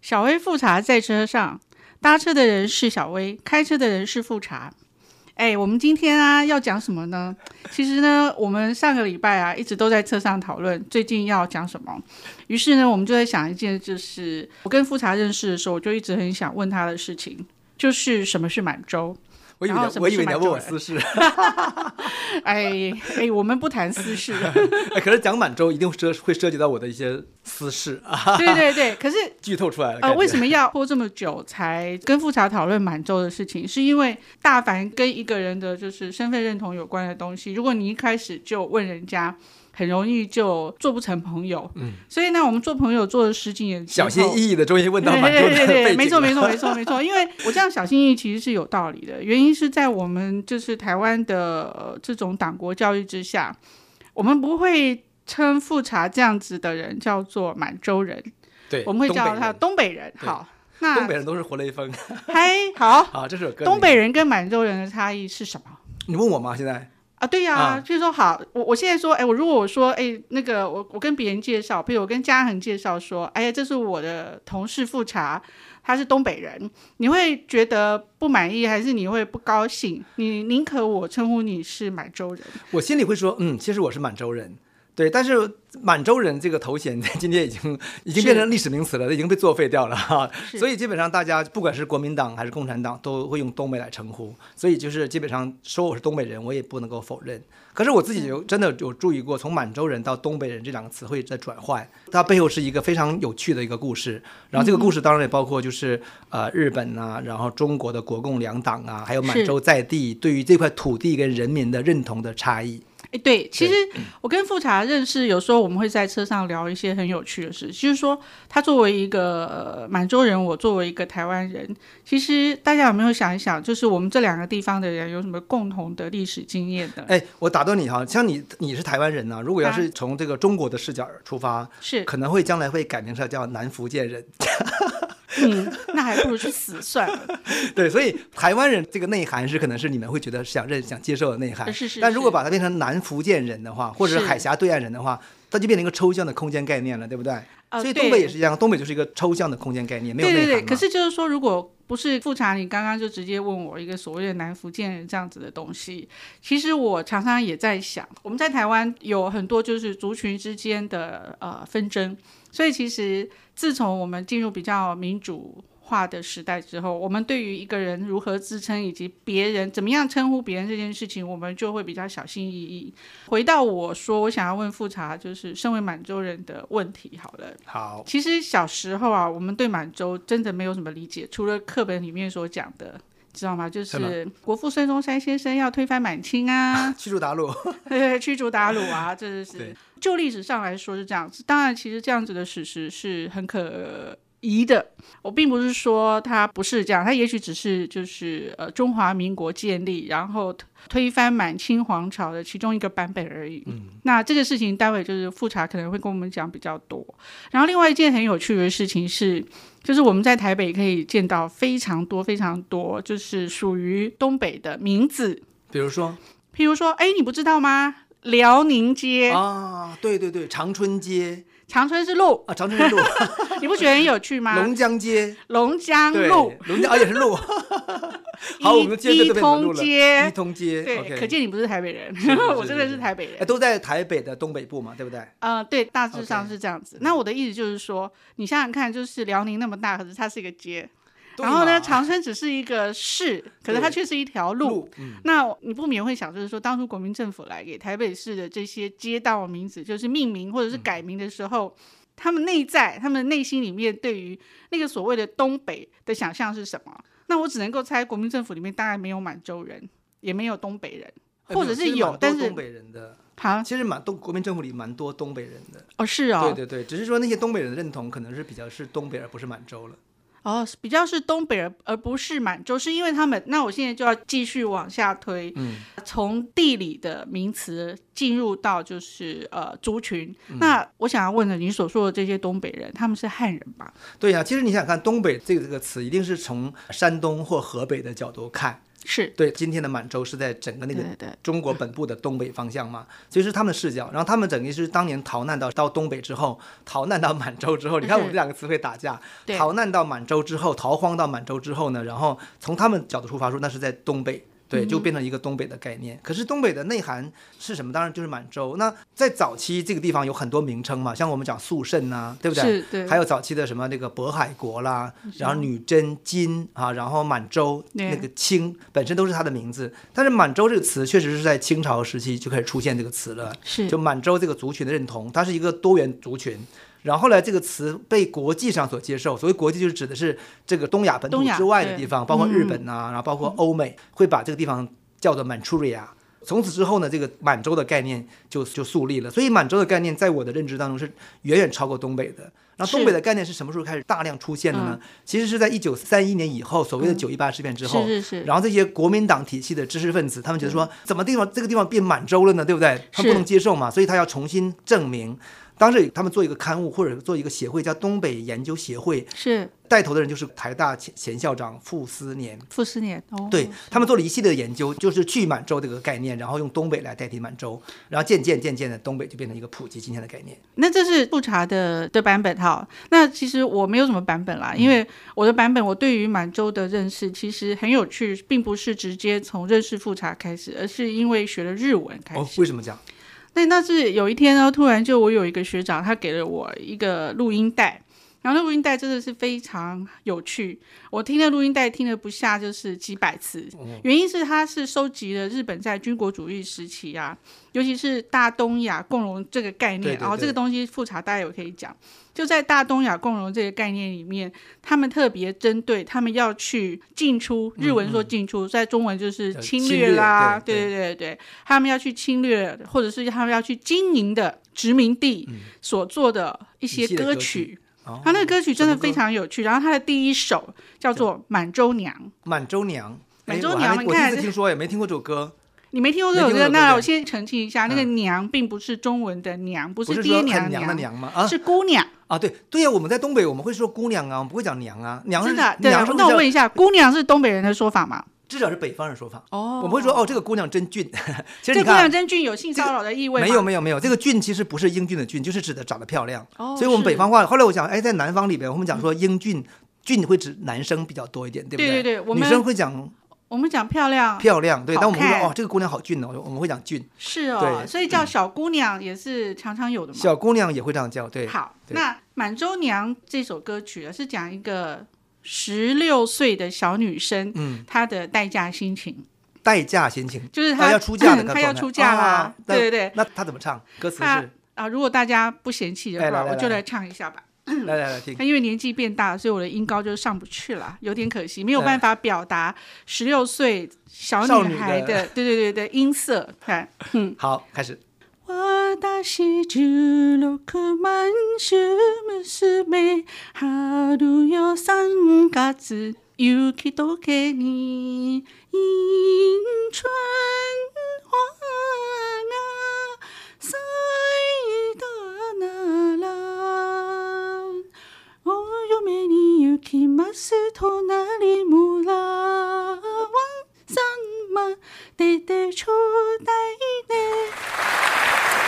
小薇富察在车上，搭车的人是小薇，开车的人是富察。哎，我们今天啊要讲什么呢？其实呢，我们上个礼拜啊一直都在车上讨论最近要讲什么。于是呢，我们就在想一件，就是我跟富察认识的时候，我就一直很想问他的事情，就是什么是满洲。 我以为然后你什么我以是为你要满问洲我人私事，哎哎，我们不谈私事。哎可是讲满洲一定会涉会涉及到我的一些私事啊，对对对，可是剧透出来了。呃，为什么？么要拖这么久才跟富察讨论满洲的事情？是因为大凡跟一个人的就是身份认同有关的东西，如果你一开始就问人家，很容易就做不成朋友。嗯，所以呢，我们做朋友做了十几年之小后，心翼翼的，终于问到对满 洲对对的对对，背没错景了。啊没错没错没错，因为我这样小心翼翼其实是有道理的，原因是在我们就是台湾的、呃这种党国教育之下，我们不会称富察这样子的人叫做满洲人，对，我们会东北叫他人东北人。对好，东那北人都是活雷锋还好，啊，这首歌。东北，人跟满洲人的差异是什么？你问我吗？现在啊，对呀、啊就是说好，我我现在说，哎，我如果我说，哎，那个我我跟别人介绍，比如我跟嘉恒介绍说，哎呀，这是我的同事富察，他是东北人，你会觉得不满意，还是你会不高兴？你宁可我称呼你是满洲人，我心里会说，嗯，其实我是满洲人。对，但是满洲人这个头衔 今天已经已经变成历史名词了，已经被作废掉了哈、是所以基本上大家不管是国民党还是共产党，都会用东北来称呼。所以就是基本上说我是东北人，我也不能够否认。可是我自己嗯有真的有注意过，从满洲人到东北人这两个词汇在转换，它背后是一个非常有趣的一个故事。然后嗯这个故事当然也包括就是呃日本啊，然后中国的国共两党啊，还有满是洲在地对于这块土地跟人民的认同的差异。哎，对，其实我跟富察认识，有时候我们会在车上聊一些很有趣的事，就是说他作为一个、呃、满洲人，我作为一个台湾人，其实大家有没有想一想，就是我们这两个地方的人有什么共同的历史经验 的？哎，我打断你哈，像你你是台湾人呐、如果要嗯啊是从这个中国的视角出发，是，可能会将来会改名成叫南福建人。 嗯，那还不如去死算 了。对，所以台湾人这个内涵是可能是你们会觉得想认想接受的内涵。是是但如果是把它变成南福建人的话，或者是是海峡对岸人的话，它就变成一个抽象的空间概念了，对不对？呃所以对东北也是一样，东北就是一个抽象的空间概念，没有对内涵对嘛。对，可是就是说，如果不是复查，你刚刚就直接问我一个所谓的南福建人这样子的东西，其实我常常也在想，我们在台湾有很多就是族群之间的呃纷争，所以其实自从我们进入比较民主。化的时代之后，我们对于一个人如何自称以及别人怎么样称呼别人这件事情，我们就会比较小心翼翼。回到我说，我想要问复查，就是身为满洲人的问题好了。好，其实小时候啊，我们对满洲真的没有什么理解，除了课本里面所讲的，知道吗？就什，是国父孙中山先生要推翻满清啊去处大陆，对 驱逐鞑虏啊，这对是就历史上来说是这样子。当然，其实这样子的史实是很可疑的。我并不是说它不是这样，它也许只是就是呃中华民国建立，然后推翻满清皇朝的其中一个版本而已。嗯、那这个事情待会就是复查可能会跟我们讲比较多。然后另外一件很有趣的事情是，就是我们在台北可以见到非常多非常多，就是属于东北的名字。比如说譬如说，哎，你不知道吗？辽宁街、啊，对对对，长春街长春是 路，啊，长春 路、你不觉得很有趣吗？龙江街，龙江对，路、龙江啊也是路。 好，我们今一天一就这边怎么通录了？一街，通街，对，可 OK，见你不是台北人是是， 我真的是台北哎，人。都在台北的东北部嘛，对不对？呃，对，大致上 OK 是这样子。那我的意思就是说，你想想看，就是辽宁那么大，可是它是一个街，对然后嘛呢，长春只是一个市，可是它却是一条路。路，嗯，那你不免会想，就是说，当初国民政府来给台北市的这些街道名字，就是命名或者是嗯改名的时候，他们内在、他们内心里面对于那个所谓的东北的想象是什么？那我只能够猜，国民政府里面当然没有满洲人，也没有东北人，哎或者没是有，有其实蛮多但是啊东北人的，好其实蛮东国民政府里蛮多东北人的，哦，是哦，对对对，只是说那些东北人的认同可能是比较是东北而不是满洲了。哦，是比较是东北而而不是满洲，是因为他们。那我现在就要继续往下推，嗯从地理的名词进入到就是呃族群。嗯那我想要问的，你所说的这些东北人，他们是汉人吧？对呀、其实你想看东北这个这个词，一定是从山东或河北的角度看。是，对，今天的满洲是在整个那个对对中国本部的东北方向嘛，所以是他们的视角。然后他们等于是当年逃难到到东北之后，逃难到满洲之后，你看我们是这两个词汇打架，对逃难到满洲之后，逃荒到满洲之后呢，然后从他们角度出发说那是在东北。对，就变成一个东北的概念。可是东北的内涵是什么？当然就是满洲。那在早期这个地方有很多名称嘛，像我们讲肃慎呐、对不对？是对还有早期的什么那个渤海国啦，然后女真、金啊，然后满洲对那个清本身都是它的名字，但是满洲这个词确实是在清朝时期就开始出现这个词了，是就满洲这个族群的认同，它是一个多元族群。然后后来这个词被国际上所接受，所谓国际就是指的是这个东亚本土东亚之外的对嗯地方，包括日本啊呐、然后包括欧美，会把这个地方叫做 Manchuria。从此之后呢，这个满洲的概念就就树立了。所以满洲的概念在我的认知当中是远远超过东北的。然后东北的概念是什么时候开始大量出现的嗯呢？其实是在一九三一年以后，所谓的九一八事变之后。是是是，然后这些国民党体系的知识分子，他们觉得说，怎么地方这个地方变满洲了呢？对不对？他们是不能接受嘛，所以他要重新证明。当时他们做一个刊物或者做一个协会，叫东北研究协会，是带头的人就是台大前前校长傅斯年。傅斯年哦，对他们做了一系列的研究，就是去满洲这个概念，然后用东北来代替满洲，然后渐渐渐渐的，东北就变成一个普及今天的概念。那这是复查的的版本哈。那其实我没有什么版本啦，因嗯为我的版本我对于满洲的认识其实很有趣，并不是直接从认识复查开始，而是因为学了日文开始。哦，为什么讲？那那是有一天呢，突然就我有一个学长，他给了我一个录音带，然后那录音带真的是非常有趣，我听了录音带听了不下就是几百次，哦原因是他是收集了日本在军国主义时期啊，尤其是大东亚共荣这个概对念，对然后对这个东西复查大家也可以讲。就在大东亚共荣这个概念里面，他们特别针对他们要去进出，日文说进出，在中文就是呃侵嗯侵略略啦，对对对对对，他们要去侵略，或者是他们要去经营的殖民地所做的一些嗯一系列歌歌曲啊曲。哦，他那个歌曲真的什么歌非常有趣，然后他的第一首叫做《满洲娘》，满洲娘，哎满洲我还娘没你我第一看次听说，也没听过这首歌，你没听过这首没听歌？过这首歌那对嗯我先澄清一下，那个“娘”并不是中文的“娘”，不不是是爹说娘很娘的娘，娘吗？啊是姑娘。啊，对对呀、我们在东北我们会说姑娘啊，我们不会讲娘啊，娘是真的啊？对娘是，那我至少问一下，姑娘是东北人的说法吗？至少是北方人说法，哦我们会说哦，这个姑娘真俊。 其这实你姑娘看。啊真俊有性骚扰的意味吗？没有没有没有，这个俊其实不是英俊的俊，就是指的长得漂亮。哦所以我们是嗯北方话，后来我想，哎，在南方里边，我们讲说英俊，俊会指男生比较多一点，对不对对对对我女们生会讲我们讲漂亮漂亮，对，好但我们会看说哦，这个姑娘好俊哦，我们会讲俊。是哦，对所以叫小姑娘也是常常有的嘛。小姑娘也会这样叫，对，好，对那《满洲娘》这首歌曲啊，是讲一个十六岁的小女生，嗯，她的待嫁心情，待嫁先请，就是她她要出嫁的嗯那个状态，她要出嫁啦啊，那对对对。那她怎么唱？歌词她是，啊，如果大家不嫌弃的哎话，来来我就来来唱一下吧。来来来听，那因为年纪变大，所以我的音高就上不去了，嗯有点可惜，没有办法表达十六岁小少女女孩的的，对对对对，音色。看，好，开始。私十六万州娘春よ三月雪解けに迎春花が咲いたならお嫁に行きます隣村はさんま出てちょうだいね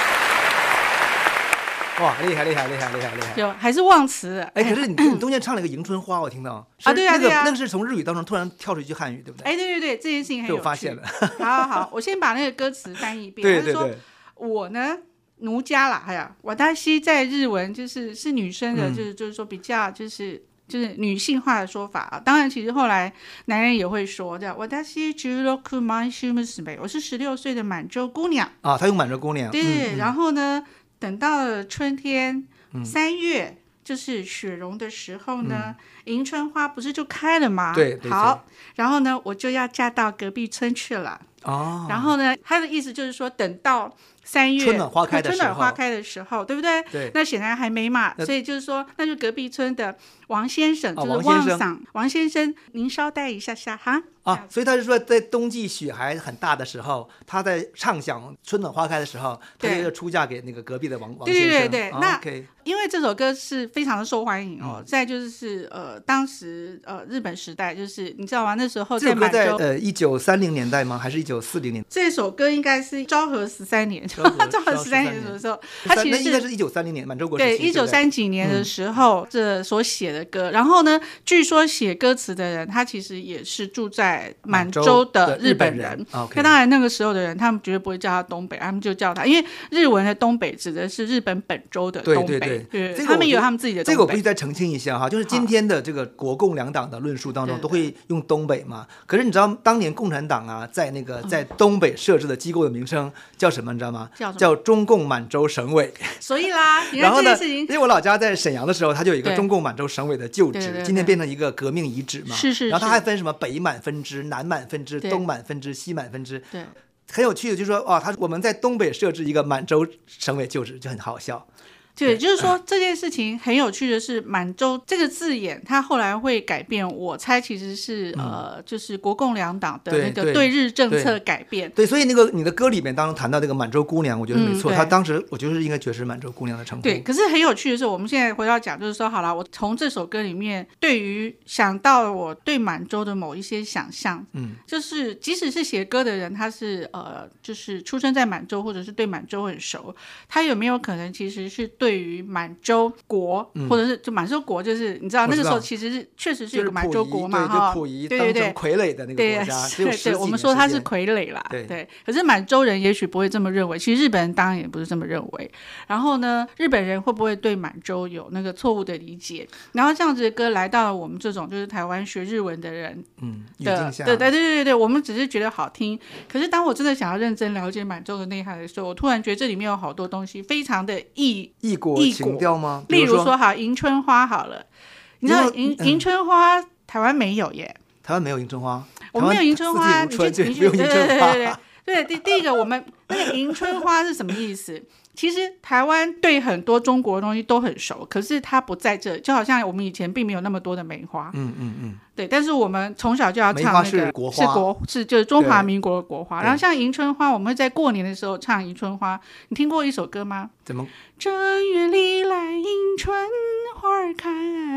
哇，厉害厉害厉害厉害厉害！就还是忘词了。哎，可是你你中间唱了一个迎春花，我听到是啊对啊那对个啊那个是从日语当中突然跳出一句汉语，对不对？哎，对对对，这件事情很被有我趣。发现了，好好好，我先把那个歌词翻译一遍。他对是对说对，我呢，奴家啦，哎呀，我大西在日文就是是女生的，嗯就是就是说比较就是。就是女性化的说法啊，当然，其实后来男人也会说这样。我大西十六库满须姆斯美，我是十六岁的满洲姑娘。啊，他用满洲姑娘，对，嗯然后呢，等到了春天，三月就是雪融的时候呢，迎春花不是就开了吗？嗯对没错好，然后呢，我就要嫁到隔壁村去了。哦，然后呢，他的意思就是说，等到三月春暖花开的春时暖花候，开的时候，对不对？对那显然还没嘛，那所以就是说，那就隔壁村的王先生，就啊是王望先生赏王先生，您稍待一下下哈。啊，所以他是说，在冬季雪还很大的时候，他在畅想春暖花开的时候，他对就出嫁给那个隔壁的王王对先对生。对对啊那 OK，因为这首歌是非常的受欢迎嗯哦，再就是呃，当时呃日本时代，就是你知道吗？那时候这首歌满在洲，呃一九三零年代吗？还是一九四零年？这首歌应该是昭和十三年，昭 和昭和十三年昭和13年的时候，它其那实应该是一九三零年满洲国时对，期。一九不嗯三几年的时候，这所写的歌。然后呢，据说写歌词的人，他其实也是住在满洲的日本人。OK，啊那当然，那个时候的人，他们绝对不会叫他东北，他们就叫他，因为日文的东北指的是日本本州的对东北，对对这个他我们觉有得他们自己的这个我东必须北。啊再澄清一下哈，就是今天的这个国共两党的论述当中对都会用东北嘛。可是你知道当年共产党啊，在那个在东北设置的机构的名称叫什么？你知道吗？嗯叫什么叫中共满洲省委。 所以啦，你然看后这呢件事，情因为我老家在沈阳的时候，它就有一个对中共满洲省委的旧对对址对，今天变成一个革命遗址嘛。是是然后它是还分什么北满分支、南满分支、对东满分支、西满分支。对。很有趣的，就是说啊，它我们在东北设置一个满洲省委旧址就很好笑。对，就是说这件事情很有趣的是，满洲这个字眼，它后来会改变。我猜其实是、呃，就是国共两党的对那个嗯对对日政对策改变。对，所以那个你的歌里面当中谈到那个满洲姑娘，我觉得没嗯错，对她当时我觉得是应该觉是满洲姑娘的称呼。对，可是很有趣的是，我们现在回到讲，就是说，好了，我从这首歌里面，对于想到我对满洲的某一些想象，嗯，就是即使是写歌的人，他是呃，就是出生在满洲，或者是对满洲很熟，他有没有可能其实是对于满洲国，或者是就满洲国，就是你知道嗯我那个知时道候其实是确实是就有是个满溥洲仪国嘛，对，就哈，溥仪对当对成对。傀儡的那个对国家，只有十对，几我们年说时他是间傀儡啦，对可是满洲人也许不会这么认为，其实日本人当然也不是这么认为。然后呢，日本人会不会对满洲有那个错误的理解？然后这样子的歌来到了我们这种就是台湾学日文的人嗯语的，境下，对对对对对，我们只是觉得好听。可是当我真的想要认真了解满洲的内涵的时候，我突然觉得这里面有好多东西非常的异，异国异情国调吗？比例如如说好迎春花好了，你知道你知道迎嗯迎春花台湾没有耶。台湾没有迎春花，我们没有迎春花，四你季去如你去春对对对对没有迎春对对花。对，第第一个我们那个迎春花是什么意思？其实台湾对很多中国的东西都很熟，可是它不在这，就好像我们以前并没有那么多的梅花，嗯嗯嗯，对。但是我们从小就要唱那个梅花是国花是国是就是中华对民国的国花。对然后像迎春花，我们会在过年的时候唱迎春花。你听过一首歌吗？怎么正月里来迎春花儿开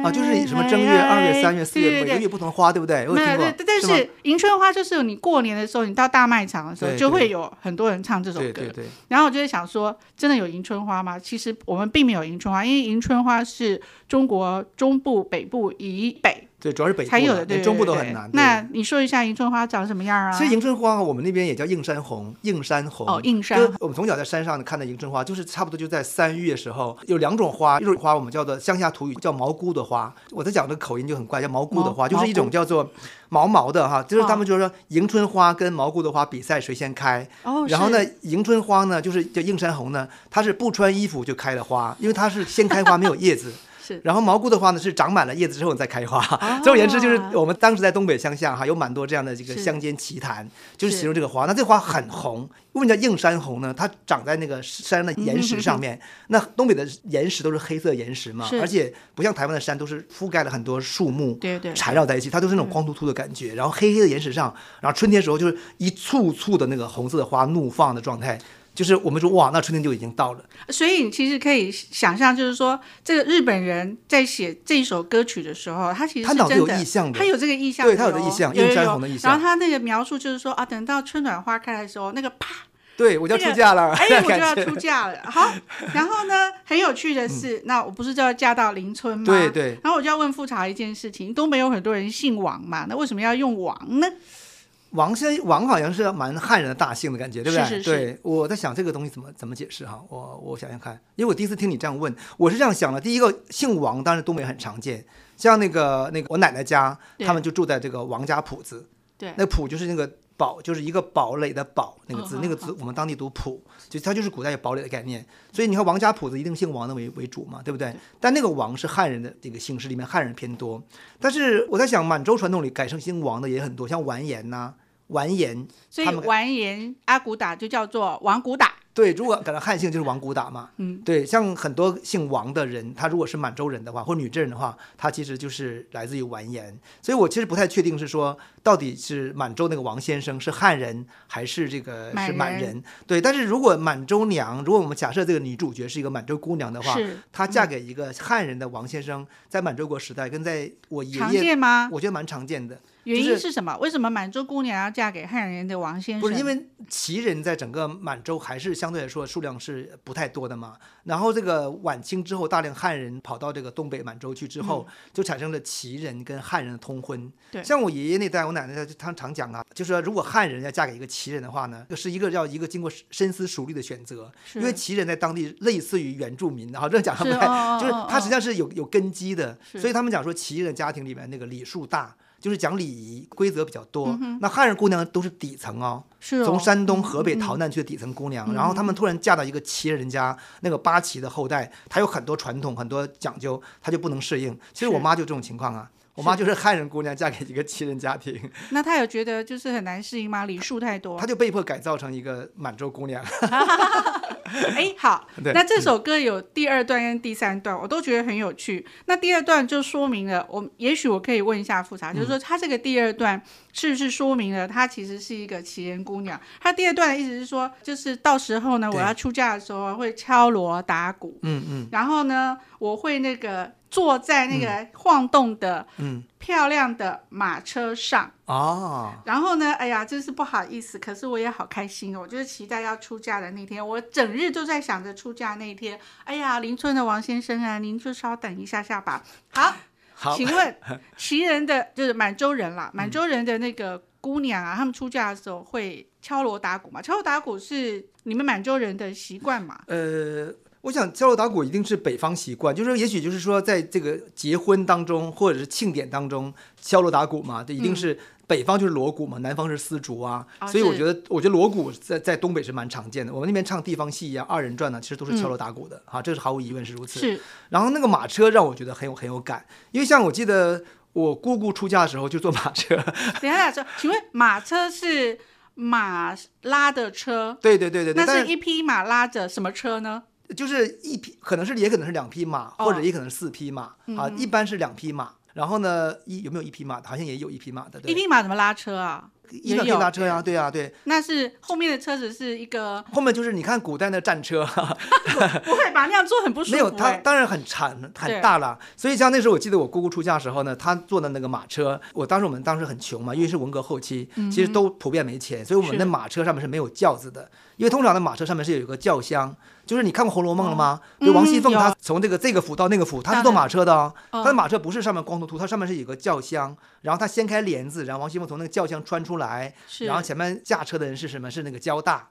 啊？就是什么正月、二月、三月、四对月，对每对个月不同的花，对不对？我有没听有，过对，，但吗是迎春花就是你过年的时候，你到大卖场的时候，对就对会有很多人唱这首歌。对对对，然后我就会想说，真的有迎春花吗？其实我们并没有迎春花，因为迎春花是中国中部、北部以北对，主要是北部才有了的，对连中部都对对很难。对那你说一下迎春花长什么样啊？其实迎春花我们那边也叫映山红，映山红哦映山就我们从小在山上看的迎春花，就是差不多就在三月时候，有两种花，一种花我们叫做乡下土语叫毛菇的花，我在讲这个口音就很怪，叫毛菇的毛哦花，就是一种毛叫做毛毛的哈，就是他们就是说迎春花跟毛菇的花比赛谁先开，哦，然后是呢，迎春花呢就是叫映山红呢，它是不穿衣服就开了花，因为它是先开花没有叶子。 是哦然后毛菇的话呢，是长满了叶子之后再开花。总而言之，就是我们当时在东北乡下哈，有蛮多这样的这个是乡间奇谈，就是是形容这个花。那这花很红，为什么叫映山红呢？它长在那个山的岩石上嗯面。那东北的岩石都是黑色岩石嘛是，而且不像台湾的山都是覆盖了很多树木。对对嗯缠绕在一起，它都是那种光秃秃的感觉，然后黑黑的岩石上，然后春天时候就是一簇簇的那个红色的花怒放的状态，就是我们说哇，那春天就已经到了。所以你其实可以想象，就是说，这个日本人在写这首歌曲的时候，他其实他是脑子真有的意向的他有这个意向，对他有这意向有有映山有红的意向然后他那个描述就是说啊，等到春暖花开的时候，那个啪，对我就要这个出嫁 了，哎，我就要感觉出嫁了。好，然后呢，很有趣的是，那我不是就要嫁到邻村吗？嗯对。对，然后我就要问富察一件事情：东北有很多人姓王嘛，那为什么要用王呢？王先王好像是蛮汉人的大姓的感觉，对不对？是是是对，我在想这个东西怎么怎么解释哈，我我想想看，因为我第一次听你这样问，我是这样想的。第一个姓王，当然东北很常见，像那个那个我奶奶家，对他们就住在这个王家堡子，对那堡就是那个堡，就是一个堡垒的堡那个字，嗯那个字我们当地读堡，就它就是古代有堡垒的概念。所以你看王家堡子一定姓王的为为主嘛，对不对？但那个王是汉人的这个姓氏里面汉人偏多，但是我在想满洲传统里改成姓王的也很多，像完颜呐、完颜所以他们完颜阿骨打就叫做王骨打。对，如果赶上汉姓就是亡古打嘛，嗯，对，像很多姓王的人，他如果是满洲人的话，或女真人的话，他其实就是来自于完颜，所以我其实不太确定是说到底是满洲那个王先生是汉人还是这个满是满人人，对，但是如果满洲娘，如果我们假设这个女主角是一个满洲姑娘的话，是嗯她嫁给一个汉人的王先生，在满洲国时代跟在我爷常爷，见吗？我觉得蛮常见的。原就因是是什么？为什么满洲姑娘要嫁给汉人的王先生？不是因为旗人在整个满洲还是相对来说数量是不太多的嘛。然后这个晚清之后，大量汉人跑到这个东北满洲去之后，就产生了旗人跟汉人的通婚。嗯对像我爷爷那代，我奶奶她她常讲啊，就是说如果汉人要嫁给一个旗人的话呢，就是一个要一个经过深思熟虑的选择，是因为旗人在当地类似于原住民，然后这样讲他是们在哦 就是哦他哦实际上是有有根基的，是所以他们讲说旗人家庭里面那个礼数大，就是讲礼仪规则比较嗯多。那汉人姑娘都是底层哦，是哦从山东、河北逃难去的底层姑嗯娘，然后她们突然嫁到一个旗人家，那个八旗的后代，她有很多传统、很多讲究，她就不能适应。其实我是妈就这种情况啊，我妈就是汉人姑娘嫁给一个旗人家庭，那他有觉得就是很难适应吗？礼数太多 她。就被迫改造成一个满洲姑娘。 哎，好，对嗯那这首歌有第二段跟第三段，我都觉得很有趣。那第二段就说明了，我也许我可以问一下富察，嗯就是说他这个第二段是不是说明了她其实是一个旗人姑娘？她第二段的意思是说，就是到时候呢，对我要出嫁的时候会敲锣打鼓，嗯嗯然后呢，我会那个坐在那个晃动的、嗯，漂亮的马车上。哦，然后呢，哎呀，真是不好意思，可是我也好开心哦，我就是期待要出嫁的那天，我整日都在想着出嫁那一天。哎呀，邻村的王先生啊，您就稍等一下下吧。好，好，嗯请 问旗人的，就是满洲人啦，满洲人的那个姑娘啊，他们出嫁的时候会敲锣打鼓嘛？敲锣打鼓是你们满洲人的习惯嘛？呃。我想敲锣打鼓一定是北方习惯，就是说也许就是说，在这个结婚当中或者是庆典当中，敲锣打鼓嘛，这嗯一定是北方就是锣鼓嘛，南方是丝竹啊，啊所以我是觉得我觉得锣鼓在在东北是蛮常见的。我们那边唱地方戏呀、二人转呢，其实都是嗯敲锣打鼓的、啊，这是毫无疑问是如此。是然后那个马车让我觉得很有很有感，因为像我记得我姑姑出嫁的时候就坐马车， 等一下说，请问马车是马拉的车，对对对对对，那但是一匹马拉着什么车呢？就是一匹，可能是也可能是两匹马，哦嗯或者也可能是四匹马、啊，一般是两匹马。然后呢，一有没有一匹马的？好像也有一匹马的，一对，匹马怎么拉车啊？一匹马可以也有拉车呀、对呀、对。那是后面的车子是一个， 后面就是你看古代的战车，不会吧？那样坐很不舒服、没欸。有它当然很长很对大了。所以像那时候我记得我姑姑出嫁的时候呢，她坐的那个马车，我当时我们当时很穷嘛，因为是文革后期，其实都普遍没钱，所以我们嗯是的马车上面是没有轿子的，因为通常的马车上面是有一个轿厢。就是你看过《红楼梦》了吗？嗯就王熙凤有她从这个这个府到那个府，她是当坐然马车的哦。嗯它的马车不是上面光秃秃，它上面是有个轿厢，然后它掀开帘子，然后王熙凤从那个轿厢穿出来，是，然后前面驾车的人是什么？是那个交大，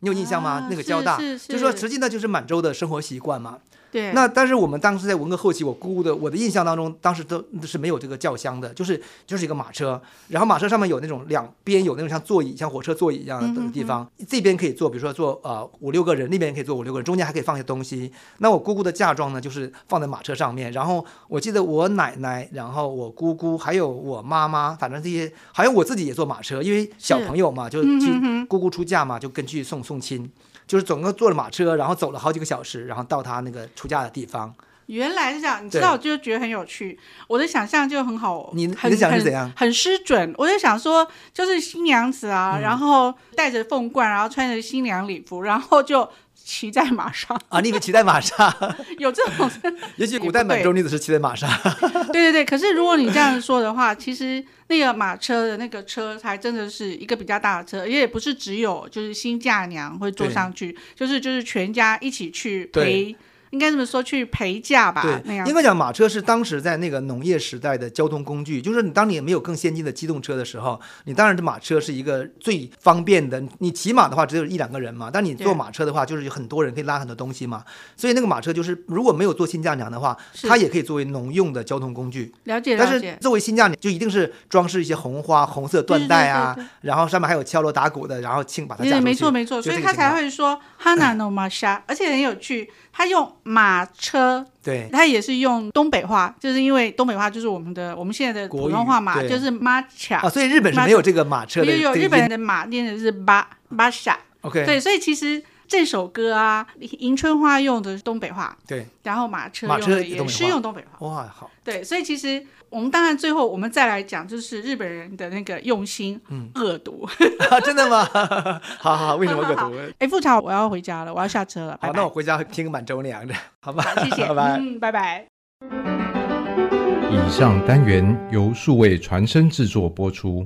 你有印象吗？啊那个是交大，是是就说实际呢就是满洲的生活习惯嘛。对，那但是我们当时在文革后期，我姑姑的我的印象当中，当时都是没有这个轿厢的，就是就是一个马车，然后马车上面有那种两边有那种像座椅，像火车座椅一样嗯的地方，这边可以坐，比如说坐呃五六个人，那边可以坐五六个人，中间还可以放些东西。那我姑姑的嫁妆呢，就是放在马车上面，然后我记得我奶奶，然后我姑姑还有我妈妈，反正这些，还有我自己也坐马车，因为小朋友嘛，就嗯去哼哼姑姑出嫁嘛，就跟去送送亲。就是整个坐着马车，然后走了好几个小时，然后到他那个出嫁的地方。原来是这样。你知对道，我就觉得很有趣。我的想象就很好，你你很的想是怎样很？很失准。我就想说，就是新娘子嗯啊，然后戴着凤冠，然后穿着新娘礼服，然后就骑在马上，啊，你以为骑在马 上？ 有这种也许古代满洲女子是骑在马上。对对对，可是如果你这样说的话，其实那个马车的那个车还真的是一个比较大的车，而且也不是只有就是新嫁娘会坐上去，就是就是全家一起去陪，应该这么说去陪嫁吧，那对，哎样应该讲马车是当时在那个农业时代的交通工具，就是你当你没有更先进的机动车的时候，你当然这马车是一个最方便的。你骑马的话只有一两个人嘛，但你坐对马车的话就是有很多人可以拉很多东西嘛。所以那个马车就是如果没有做新嫁娘的话，是它也可以作为农用的交通工具。了解但了是解。作为新嫁娘，就一定是装饰一些红花、红色缎带啊，对对然后上面还有敲锣打鼓的，然后请把它对嫁对，出去。没错没错，就所这以个他情况才会 说 “hana no masha”，而且很有趣，他用马车，对他也是用东北话，就是因为东北话就是我们的我们现在的国普通语话嘛，对就是 “macha”，、啊，所以日本是没有这个马车的有有这个日本音人的马念的是巴巴 a OK，对，所以其实这首歌啊，迎春花用的是东北话，对，然后马车马用车的也东也北是话用东北话。哇，好， 对，所以其实我们当然最后我们再来讲，就是日本人的那个用心，嗯，恶毒。真的吗？ 好好好，为什么恶毒？哎，富察，我要回家了，我要下车了，拜好，拜那我。回家听满洲那样的， 好吧？好，谢谢，拜拜。嗯，拜拜。以上单元由数位传声制作播出。